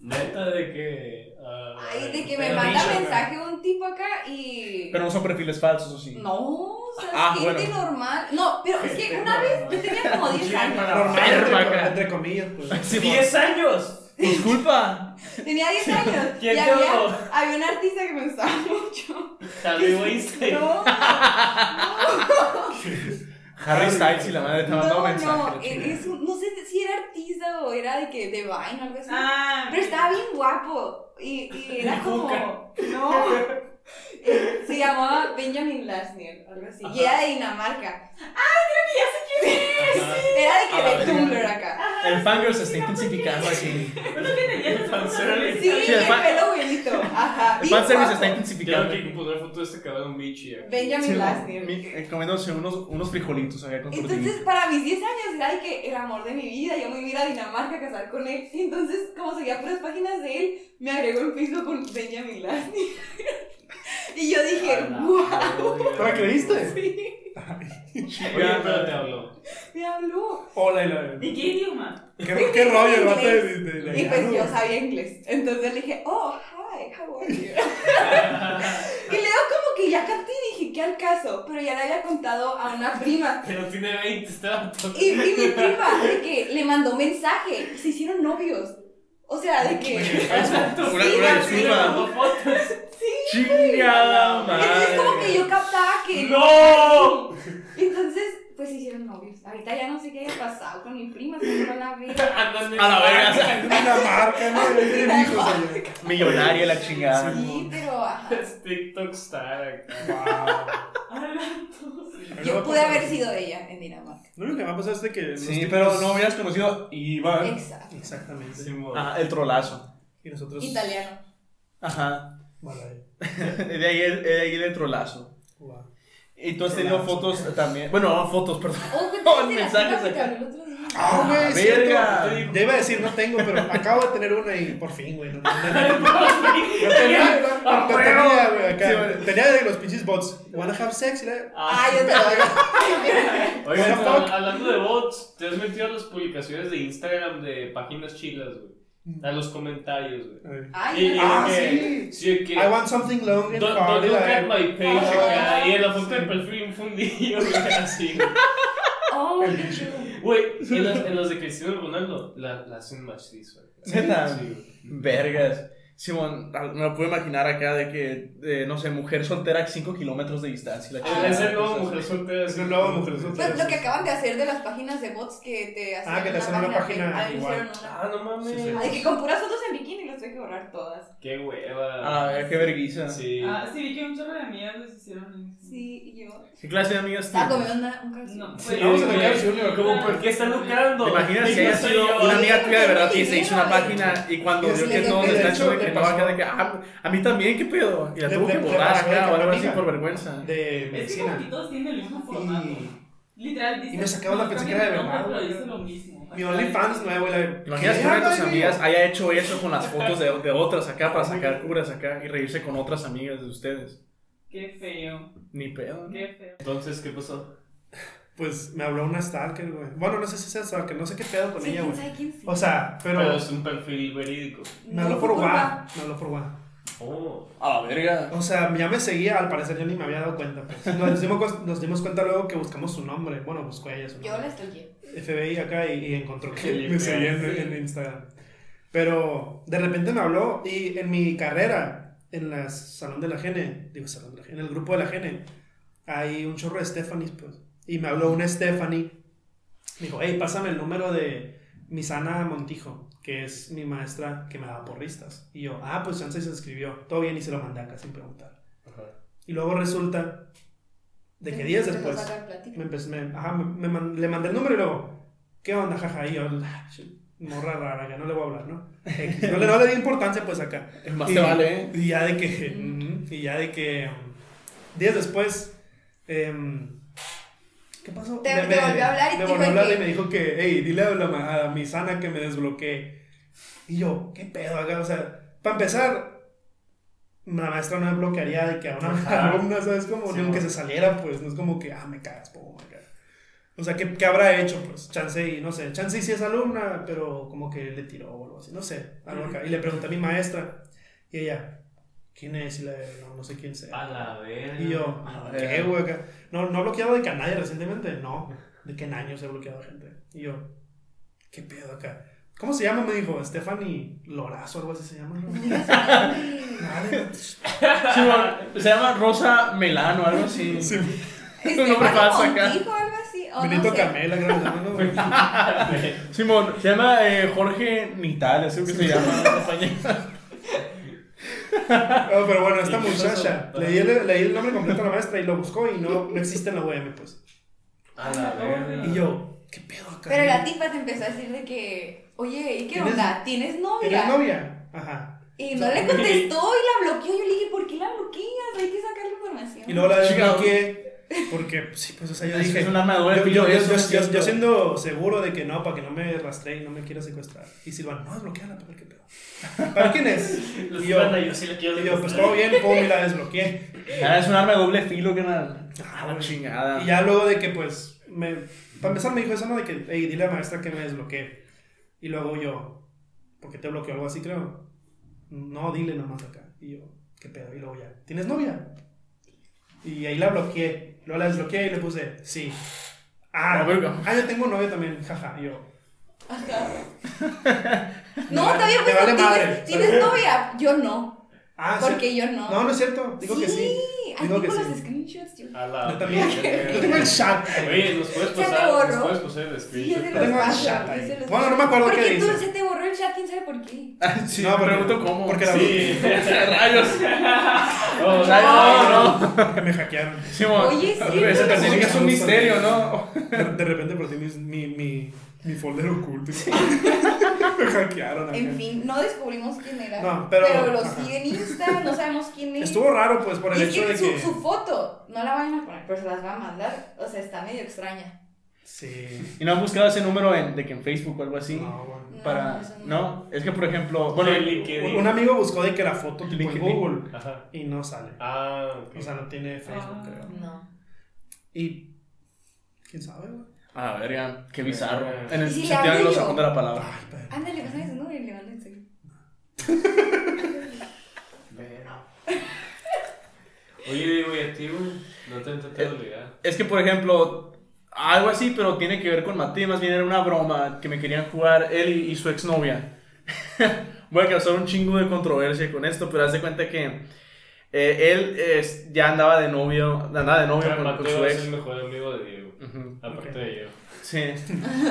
S1: Neta de que. ah,
S4: Ay, de que me
S1: el
S4: manda
S1: bicho, güey.
S4: mensaje un tipo acá y.
S2: Pero no son perfiles falsos, ¿o sí?
S4: No, o sea, es
S2: Ah,
S4: gente
S2: bueno.
S4: normal. No, pero es que
S1: Gente
S4: una vez yo tenía como 10
S1: Cuchillo
S4: años.
S1: para
S3: Normal,
S1: abajo.
S2: verga,
S3: entre,
S2: acá.
S3: entre comillas, pues.
S2: Sí,
S1: ¡10 años!
S2: disculpa.
S4: Tenía 10 años. Y
S1: ¿Quién te
S4: había,
S1: habló?
S4: había un artista que me gustaba mucho.
S1: Javi Weinstein.
S4: No,
S2: Harry Styles y la madre te ha mandado
S4: no, eh,
S2: mensajes.
S4: no. Es un- no sé si era artista o era de que de Vine o algo así.
S5: Ah,
S4: Pero estaba bien guapo. Y, y era como.
S1: Cuca.
S4: No. Eh, Se llamaba Benjamin Lasner, algo así. Y era de Dinamarca.
S1: Ajá.
S4: Era de
S1: A
S2: Ah,
S1: la
S4: que de
S1: verga.
S4: Tumblr acá.
S2: El fangirl se está
S4: pues,
S2: intensificando aquí.
S5: Pero es que tenías esa foto
S1: Pansera
S5: de-
S4: Sí,
S2: Sí,
S4: el,
S2: el fan-
S4: pelo bonito. Ajá.
S2: El
S4: bien
S2: fanservice se
S4: guapo.
S2: está
S1: Tengo
S2: intensificando.
S1: que poner foto de este cabrón bichi. aquí.
S4: Benjamin
S2: Sí,
S4: Lasner.
S2: mi- eh, comiéndose unos, unos frijolitos acá con
S4: Entonces,
S2: tortillita.
S4: para mis 10 años era de que el amor de mi vida, yo me iba a ir a Dinamarca a casar con él. Entonces, como seguía por las páginas de él, me agregó en Facebook con Benjamin Lasny. (laughs) y yo dije, ¡guau!
S1: ¿Para
S3: ¿Para qué viste?
S4: Sí,
S1: Oye, pero te habló.
S4: me habló.
S3: Hola, y la
S5: ¿De qué idioma?
S3: ¿Qué,
S2: (laughs)
S3: qué rollo el vato de, de, de, de
S4: Y pues yo
S3: allá,
S4: sabía inglés. Entonces le dije, ¡oh, hi, how are you? y luego, como que ya capté y dije, ¿qué al caso? Pero ya le había contado a una prima.
S1: Pero tiene este 20, está todo.
S4: Y, y mi prima, de que le mandó mensaje, se hicieron novios. O sea, de que.
S1: Este
S2: Una,
S4: Sí,
S2: una
S4: la
S2: disculpa.
S4: Chingada
S2: Chingada
S4: Entonces,
S2: madre.
S4: como que yo captaba que.
S1: ¡No!
S4: Entonces, pues se hicieron novios. Ahorita ya no sé qué haya pasado con mi prima, si no la vi.
S1: Andan
S2: A
S4: (laughs)
S2: la verga, o
S3: ¿no? De Dinamarca, ¿no? De- de- de hijos allá.
S2: Millonaria la chingada.
S4: Sí, pero. ajá.
S1: Es TikTok star acá.
S3: Wow.
S4: Yo pude haber sido ella en Dinamarca.
S3: Lo único que me ha pasado es de que. los
S2: Sí,
S3: tipos-
S2: pero no hubieras conocido Iván.
S4: Exacto.
S3: Exactamente.
S1: Simón.
S2: Ajá, Ah, el trolazo.
S3: Y nosotros.
S4: Italiano.
S2: Ajá. (laughs)
S3: Vale,
S2: De ahí el, de ahí el trolazo.
S3: wow.
S2: Y tú has tenido fotos también. Bueno, no fotos, (laughs) perdón.
S4: Oh, pues,
S2: No,
S4: fíjate, la
S2: mensajes
S4: tipa que te
S2: acá.
S4: habló el otro día.
S3: Ah, güey, es cierto.
S2: verga.
S3: Te digo, Ya iba a decir, no tengo, pero acabo de tener una y por fin, güey. No, no, no, no, no, no, no tenía, no tenía, güey, acá.
S2: Sí, güey.
S3: Tenía de los pinches bots. Wanna have sex, y la-
S4: Ah, yo te lo
S1: Oigan,
S3: What the fuck?
S1: pero hablando de bots, te has metido a las publicaciones de Instagram de páginas chilas, güey.
S2: Mm.
S1: A los comentarios, güey. Y, y
S4: Ay,
S1: de
S3: Ah,
S1: que,
S3: sí.
S1: sí, que,
S3: I want something long and
S1: Don't,
S3: hard.
S1: don't
S3: y
S1: look
S3: la-
S2: eh".
S1: at my page
S4: Ah,
S1: acá.
S4: sí.
S1: Y en la foto del perfil un fundillo, (laughs) güey, así.
S4: oh, qué chulo.
S1: Güey, y en las, en las de Cristiano Ronaldo, la, la hacen más lisa, güey.
S2: ¿Neta?
S1: Sí, güey.
S2: Vergas. Simón, me lo puedo imaginar acá de que, eh, no sé, mujer soltera a 5 kilómetros de distancia.
S3: Ah,
S2: la chingada,
S1: Es el nuevo
S2: cosas
S1: Ah, mujer
S2: así.
S1: soltera.
S3: Es el nuevo mujer soltera.
S4: Pues lo que acaban de hacer de las páginas de bots que te hacen
S3: Ah, que te hacen una página
S4: fake. Ah,
S3: igual.
S4: hicieron una.
S1: Ah, no mames.
S3: Sí, sí.
S4: Ay, que con puras fotos en bikini las tuve que borrar todas.
S1: Qué hueva.
S2: Ah, verga, qué vergüenza.
S1: Sí.
S5: Ah, sí, vi que un chorro de amigas les hicieron eso.
S4: Sí, y yo.
S2: ¿Qué clase de amigas
S4: Estaba
S2: tienes?
S4: comiendo una, un calzón.
S5: No, pues,
S1: Sí,
S5: bueno,
S3: Vamos a
S1: güey.
S3: tocar Junior.
S1: ¿Cómo por qué están lucrando?
S2: ¿Te imaginas
S1: Sí,
S2: que haya
S1: soy
S2: sido
S1: yo.
S2: una amiga tuya de verdad y se hizo una página y cuando
S3: Y
S2: vio
S3: es
S2: que
S4: de
S2: todos
S4: que
S2: están
S3: de
S2: hecho de
S3: hecho
S2: que
S3: eh, le
S2: no acá
S3: pasó.
S2: de que ah, a mí también, qué pedo. Y la
S3: Le-
S2: tuvo que
S3: le- le
S2: borrar
S3: pasó de
S2: acá
S3: que
S2: o algo
S3: una
S2: así
S3: amiga.
S2: por vergüenza.
S3: De
S5: Es que como que
S3: medicina.
S5: todos tienen el mismo formato.
S3: Y
S5: Literal, dice.
S3: Y me sacaba la pensé que era de verdad,
S5: Pero
S3: güey.
S5: dice lo mismo.
S3: mi OnlyFans nuevo. y la-
S2: ¿Te Imaginas que
S3: ¿Qué?
S2: una de tus
S3: Ay,
S2: amigas haya hecho eso con las fotos de, de otras acá para sacar curas acá y reírse con otras amigas de ustedes.
S5: Qué feo,
S2: Ni pedo, ¿no?
S5: qué feo.
S1: Entonces, ¿qué pasó?
S3: Pues me habló una stalker, güey. Bueno, no sé si sea stalker, no sé qué pedo con
S4: Sí,
S3: ella,
S4: quién
S3: güey.
S4: sabe quién sí.
S3: O sea, pero
S1: Pero es un perfil verídico.
S3: me habló
S4: No,
S3: por
S4: fue
S3: WhatsApp. Me habló por WhatsApp.
S1: Oh.
S2: A la verga.
S3: O sea, ya me seguía, al parecer yo ni me había dado cuenta. pues. Nos dimos, cu- nos dimos cuenta luego que buscamos su nombre. Bueno, buscó ella su
S4: WhatsApp. Yo la
S3: nombre.
S4: estoy
S3: FBI acá y, y encontró
S1: El
S3: que me seguía en,
S5: FBI.
S3: en Instagram. Pero de repente me habló y en mi carrera, en la Salón de la Gene, digo Salón de la Gene, en el grupo de la Gene, hay un chorro de Stephanie, pues. Y me habló una Stephanie. Me dijo, hey, pásame el número de Misana Montijo, que es mi maestra que me daba porristas. Y yo, ah, pues chance se inscribió. Todo bien y se lo mandé acá sin preguntar.
S1: Ajá.
S3: Y luego resulta de que días después me empecé- me- ajá, me- me man- le mandé el número y luego, ¿qué onda, jaja? Y yo, "Ah, shit, morra rara, ya no le voy a hablar, ¿no? X, No le, no le di importancia, pues acá.
S2: Más
S3: y,
S2: te vale, ¿eh?
S3: Y ya de que, ujú, y ya de que, um, días después, em, ¿qué pasó?
S4: Te-
S3: Me-
S4: te
S3: me-
S4: volvió a hablar y
S3: me
S4: te
S3: volvió a
S4: dijo
S3: hablar
S4: que-
S3: y me dijo que, hey, dile a, la ma- a mi sana que me desbloquee. Y yo, ¿qué pedo acá? O sea, para empezar... La maestra no me bloquearía de que a una
S1: Ajá.
S3: alumna, ¿sabes? Como
S1: Sí,
S3: ni aunque
S1: bueno.
S3: se saliera, pues no es como que, ah, me cagas, pum, me cagas. O sea, ¿qué, qué habrá hecho? Pues chance y no sé, chance y sí es alumna, pero como que le tiró o algo así, no sé, algo acá. Y le pregunté a mi maestra y ella, ¿quién es? Y le, no, no sé quién
S1: A
S3: sea.
S1: la verga.
S3: Y yo,
S2: Ah,
S3: ¿qué, güey? acá? No, no ha bloqueado de que a nadie recientemente, no. ¿De qué años he bloqueado a gente? Y yo, ¿qué pedo acá? ¿Cómo se llama? Me dijo, Stephanie Lorazo, algo así se llama. ¿no? (laughs) Madre,
S2: Simón, se llama Rosa Melano, algo (laughs) así.
S3: sí.
S4: este,
S2: Un hombre pasa acá.
S4: Contigo, algo así. o Oh, no
S3: Benito
S4: sé.
S3: Camela, creo que se llama, ¿no, güey?
S2: Simón, se llama eh, Jorge Nital, así que se llama en (laughs) español.
S3: No, pero bueno, esta
S1: ¿Y qué
S3: muchacha,
S1: pasó?
S3: le di, el, le di el nombre completo a la maestra y lo buscó y no, no existe en la UM, pues.
S1: A la verga.
S3: Y yo, ¿qué pedo acá?
S4: Pero la tipa te empezó a decir de que, oye, ¿y qué
S3: ¿Tienes-
S4: onda? ¿Tienes novia?
S3: ¿Tienes novia? Ajá.
S4: Y no le contestó y la bloqueó. Yo le dije, ¿por qué la bloqueas? Hay que sacar la información.
S3: Y luego la
S2: Chica,
S3: desbloqueé porque, pues, sí, pues, o sea, yo
S2: Es
S3: dije...
S2: un arma de doble
S3: yo,
S2: filo,
S3: yo- yo-
S2: eso
S3: yo-
S2: es
S3: yo-
S2: cierto.
S3: yo siendo seguro de que no, para que no me rastree y no me quiera secuestrar. Y Silvana, no, desbloqueala, para ver qué pedo. ¿Para quién es?
S1: Los
S3: Y yo,
S1: manda, yo sí le quiero
S3: y yo, pues
S1: demostrar.
S3: todo bien, pum, y la desbloqueé.
S2: Ah, es un arma de doble filo, que nada.
S3: Ah,
S2: Ah, la
S3: güey.
S2: chingada.
S3: Y ya luego de que, pues, me, para empezar me dijo eso, ¿no? De que, hey, dile a la maestra que me desbloquee. Y luego yo, ¿por qué te bloqueó algo así, creo? No, dile nomás acá. Y yo, ¿qué pedo? Y luego ya, ¿tienes novia? Y ahí la bloqueé. Luego la desbloqueé y le puse, sí. Ah,
S2: La verga.
S3: ah yo tengo novia también, jaja. Y yo,
S4: No, está bien,
S3: Me
S4: pues,
S3: vale
S4: ¿tienes,
S3: madre. (laughs)
S4: ¿tienes novia? Yo no.
S3: ah, sí.
S4: Porque yo no.
S3: No, no es cierto. Digo que sí.
S4: Ahí tengo
S3: Digo que
S4: los
S3: sí.
S4: screenshots, yo.
S1: A la
S4: (laughs)
S3: Yo también.
S1: verga.
S3: Yo tengo el chat.
S1: Oye, ¿nos puedes
S4: Se me
S1: pasar? ¿Nos
S4: borró.
S1: puedes pasar el
S4: Sí, ya
S1: screenshot?
S4: se
S3: Yo
S4: los
S3: tengo el
S4: paso,
S3: chat
S4: yo
S3: ahí.
S4: se los
S3: Bueno, no me
S4: paso.
S3: acuerdo
S4: Porque
S3: qué
S4: tú
S3: dice.
S4: se te borró el chat, quién sabe por qué.
S2: Ah, sí,
S3: No,
S2: me
S3: porque-
S2: pregunto cómo.
S3: porque la-
S1: Sí.
S2: (laughs) Rayos.
S1: Oh,
S2: No, no.
S3: Me hackearon.
S2: Simón.
S4: Oye, sí,
S2: Ese
S4: no.
S2: pertenece que es un misterio, ¿no?
S3: (laughs) De, de repente perdí mi, mi, mi, mi folder oculto. Lo hackearon. acá.
S4: En fin, no descubrimos quién era.
S3: No, pero-
S4: lo
S3: ajá.
S4: sigue en Insta, no sabemos quién es.
S3: Estuvo raro, pues, por
S4: y
S3: el
S4: es
S3: hecho
S4: que,
S3: de
S4: su,
S3: que.
S4: su foto no la vayan a poner, pero se las va a mandar. O sea, está medio extraña.
S3: Sí.
S2: ¿Y no han buscado ese número en, de que en Facebook o algo así?
S3: No, bueno.
S2: para...
S4: eso
S2: No, es que por ejemplo... Bueno,
S1: Bueno, el LinkedIn.
S3: Un amigo buscó de que era foto tipo en
S2: LinkedIn.
S3: Google
S1: Ajá.
S3: y no sale.
S1: Ah, ok.
S3: O sea, no tiene Facebook,
S5: Ah.
S3: creo.
S4: No.
S2: y...
S3: ¿Quién sabe, güey?
S2: A la Ah, verga, qué bizarro.
S1: Eh.
S2: En el
S4: ¿Y si le
S2: sentido
S4: hablo
S2: anglosajón
S4: yo?
S2: de la palabra.
S3: Ay, pero-
S4: Ándale, pasan ese número y le mandan seguir.
S1: Verga. Oye, digo, ¿y a ti, güey? No te intenté
S3: Eh,
S1: obligar.
S2: Es que, por ejemplo, algo así, pero tiene que ver con Matías. Más bien era una broma que me querían jugar él y, y su exnovia. (laughs) Voy a causar un chingo de controversia con esto, pero hace cuenta que eh, él es- ya andaba de novio, andaba de novio con, con su
S1: Mateo es el
S2: ex.
S1: mejor amigo de Diego.
S2: Ujú,
S1: Aparte
S3: Ok.
S1: de yo,
S2: Sí.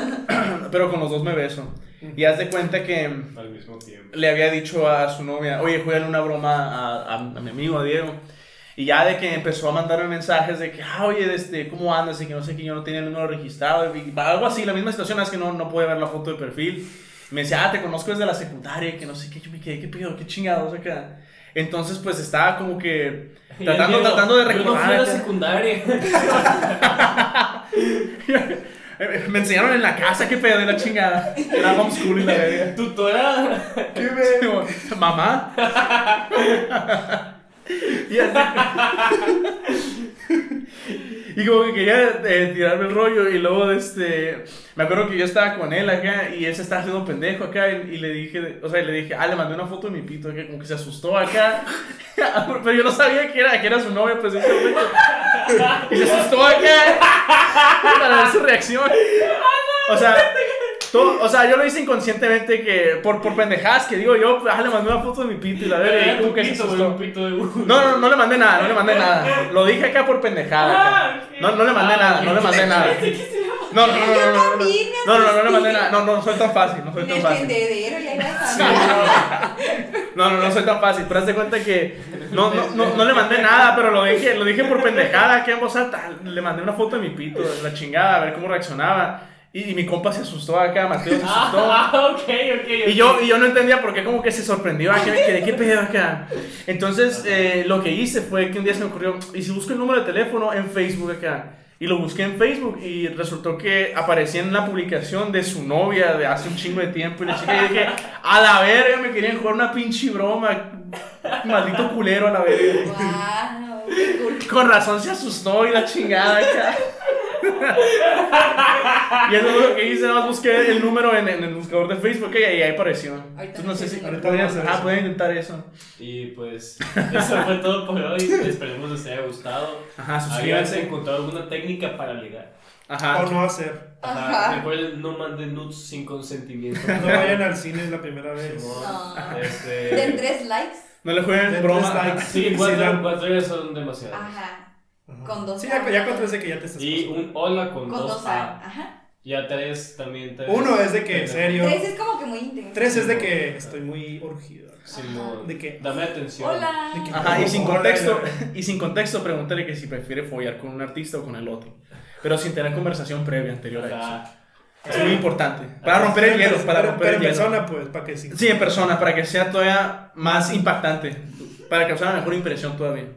S2: (clears throat) pero con los dos me beso. Y haz de cuenta que
S1: al mismo tiempo.
S2: le había dicho a su novia, oye, juegan una broma a, a- a mi amigo, a Diego. Y ya de que empezó a mandarme mensajes de que, ah, oye, este, ¿cómo andas? Y que no sé qué, yo no tenía el número registrado. Y algo así, la misma situación, es que no, no pude ver la foto de perfil. Y me decía, ah, te conozco desde la secundaria, que no sé qué, yo me quedé, qué pedo, qué chingados acá. Entonces, pues estaba como
S1: (laughs)
S2: que tratando,
S1: Diego,
S2: tratando de
S1: Yo no
S2: recordar. eh,
S1: fui a la
S2: acá.
S1: secundaria.
S2: eh, me enseñaron en la casa, qué pedo, de la chingada. Era homeschooling, la verga.
S1: Tutora.
S3: ¿Qué ve?
S2: Sí, bueno, Mamá. y así. Y como que quería eh, tirarme el rollo y luego este, me acuerdo que yo estaba con él acá y él se estaba haciendo pendejo acá y, y le dije, o sea, y le dije, ah, le mandé una foto de mi pito que como que se asustó acá, (laughs) pero yo no sabía que era, que era su novia, pues en ese momento. y se asustó acá para ver su reacción. O sea, todo- o sea, yo lo hice inconscientemente que por, por pendejadas que digo yo, ah, le mandé una foto de mi pito y la verga, y como que se
S1: pito, Eh, güey,
S2: asustó.
S1: un pito de Hugo.
S2: No, no, no le mandé nada, no le mandé nada. Lo dije acá por pendejada. acá.
S5: Ah, ok.
S2: No, no le mandé
S1: Ah,
S2: nada, no le mandé nada.
S5: Pensé que sí
S2: No,
S5: la-
S2: no, no, no, no, no, no.
S4: también me
S2: No, no, no, no le
S4: asusté.
S2: mandé nada. No, no, no soy tan fácil, no soy
S4: En
S2: tan
S4: el
S2: fácil.
S4: tendedero ya iba a (laughs)
S2: Sí, No, no, no, no soy tan fácil. Pero haz de cuenta que no, no, no, no le mandé nada, pero lo dije, lo dije por pendejada, que en voz alta. Le mandé una foto de mi pito, de la chingada, a ver cómo reaccionaba. Y, y mi compa se asustó acá, Mateo se asustó.
S1: Ah, (laughs) ok, ok.
S2: Y yo, y yo no entendía por qué como que se sorprendió, ah, que me quedé, ¿qué pedo acá? Entonces, eh, lo que hice fue que un día se me ocurrió, y si busco el número de teléfono en Facebook acá, y lo busqué en Facebook, y resultó que aparecía en la publicación de su novia de hace un chingo de tiempo, y le chica, y dije, a la verga, me querían jugar una pinche broma, maldito culero a la verga.
S4: Wow, qué cool.
S2: Con razón se asustó y la chingada acá. y eso es lo que hice, nada más busqué el número en, en el buscador de Facebook y ahí apareció. Entonces no sé si...
S4: Ahorita
S3: voy a hacer
S2: Ah,
S3: eso.
S2: pueden intentar eso.
S1: Y pues, eso fue todo por hoy. Esperemos les haya gustado.
S2: Ajá,
S1: Habíanse encontrado alguna técnica para ligar.
S2: Ajá.
S3: O no hacer.
S1: Ajá.
S4: Ajá.
S1: Recuerden, no manden nudes sin consentimiento.
S3: No vayan al cine la primera vez.
S1: Simón,
S4: No.
S1: Este,
S4: Den tres likes.
S2: No le jueguen
S3: Den
S2: broma.
S3: tres likes.
S1: Sí,
S3: Sí,
S1: cuatro,
S3: dan-
S1: cuatro ya son demasiados.
S4: Ah. Ajá.
S3: Ajá.
S4: Con dos
S3: Sí, ya, ya cuatro es de que ya te estás.
S1: Y
S3: pasando.
S1: un hola con,
S4: Con
S1: dos,
S4: dos
S1: A.
S4: A.
S2: ah.
S4: Ajá.
S1: Ya tres también. Tres.
S3: Uno es de que, serio.
S4: Tres es como que muy intenso.
S3: Tres es de que estoy muy urgido.
S1: Simón.
S3: ¿De qué?
S1: Dame atención.
S4: Hola.
S3: De que-
S2: Ajá, y sin
S3: Hola,
S2: contexto,
S3: hola.
S2: y sin contexto, pregúntale que si prefiere follar con un artista o con el otro. Pero sin tener conversación previa anterior a
S1: Hola.
S2: eso. Es muy importante. Para romper el hielo, para
S3: Pero-
S2: romper el
S3: Pero en
S2: hielo.
S3: persona, pues, para que sí.
S2: Sí, en persona, para que sea todavía más impactante. Para causar una mejor impresión todavía.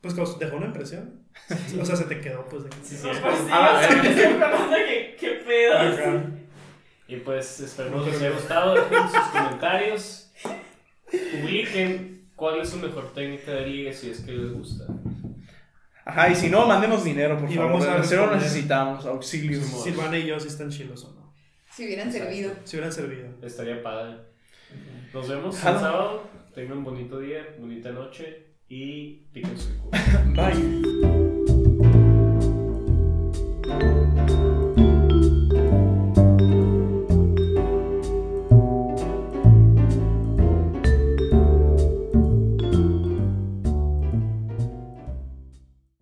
S3: Pues como dejó una impresión. O sea, se te quedó, pues. De que...
S1: Sí, sí.
S5: No, pues sí,
S2: Ah,
S5: o sea,
S2: eh.
S5: me estoy preguntando que- qué pedo.
S3: Ajá.
S1: Y pues esperemos que les haya gustado. Dejen sus comentarios. Publiquen cuál es su mejor técnica de ligue si es que les gusta.
S2: Ajá, y si no, mándenos dinero, por
S3: Y
S2: favor.
S3: vamos a
S2: Cero
S3: responder.
S2: necesitamos, auxilio.
S3: Silvana y yo sí están chilos o no.
S4: Si hubieran
S1: Exacto.
S4: servido.
S3: Si hubieran servido.
S1: Estaría padre. Nos vemos el
S2: Jalo.
S1: sábado. Tengan un bonito día, bonita noche y piquen su culo.
S2: Bye.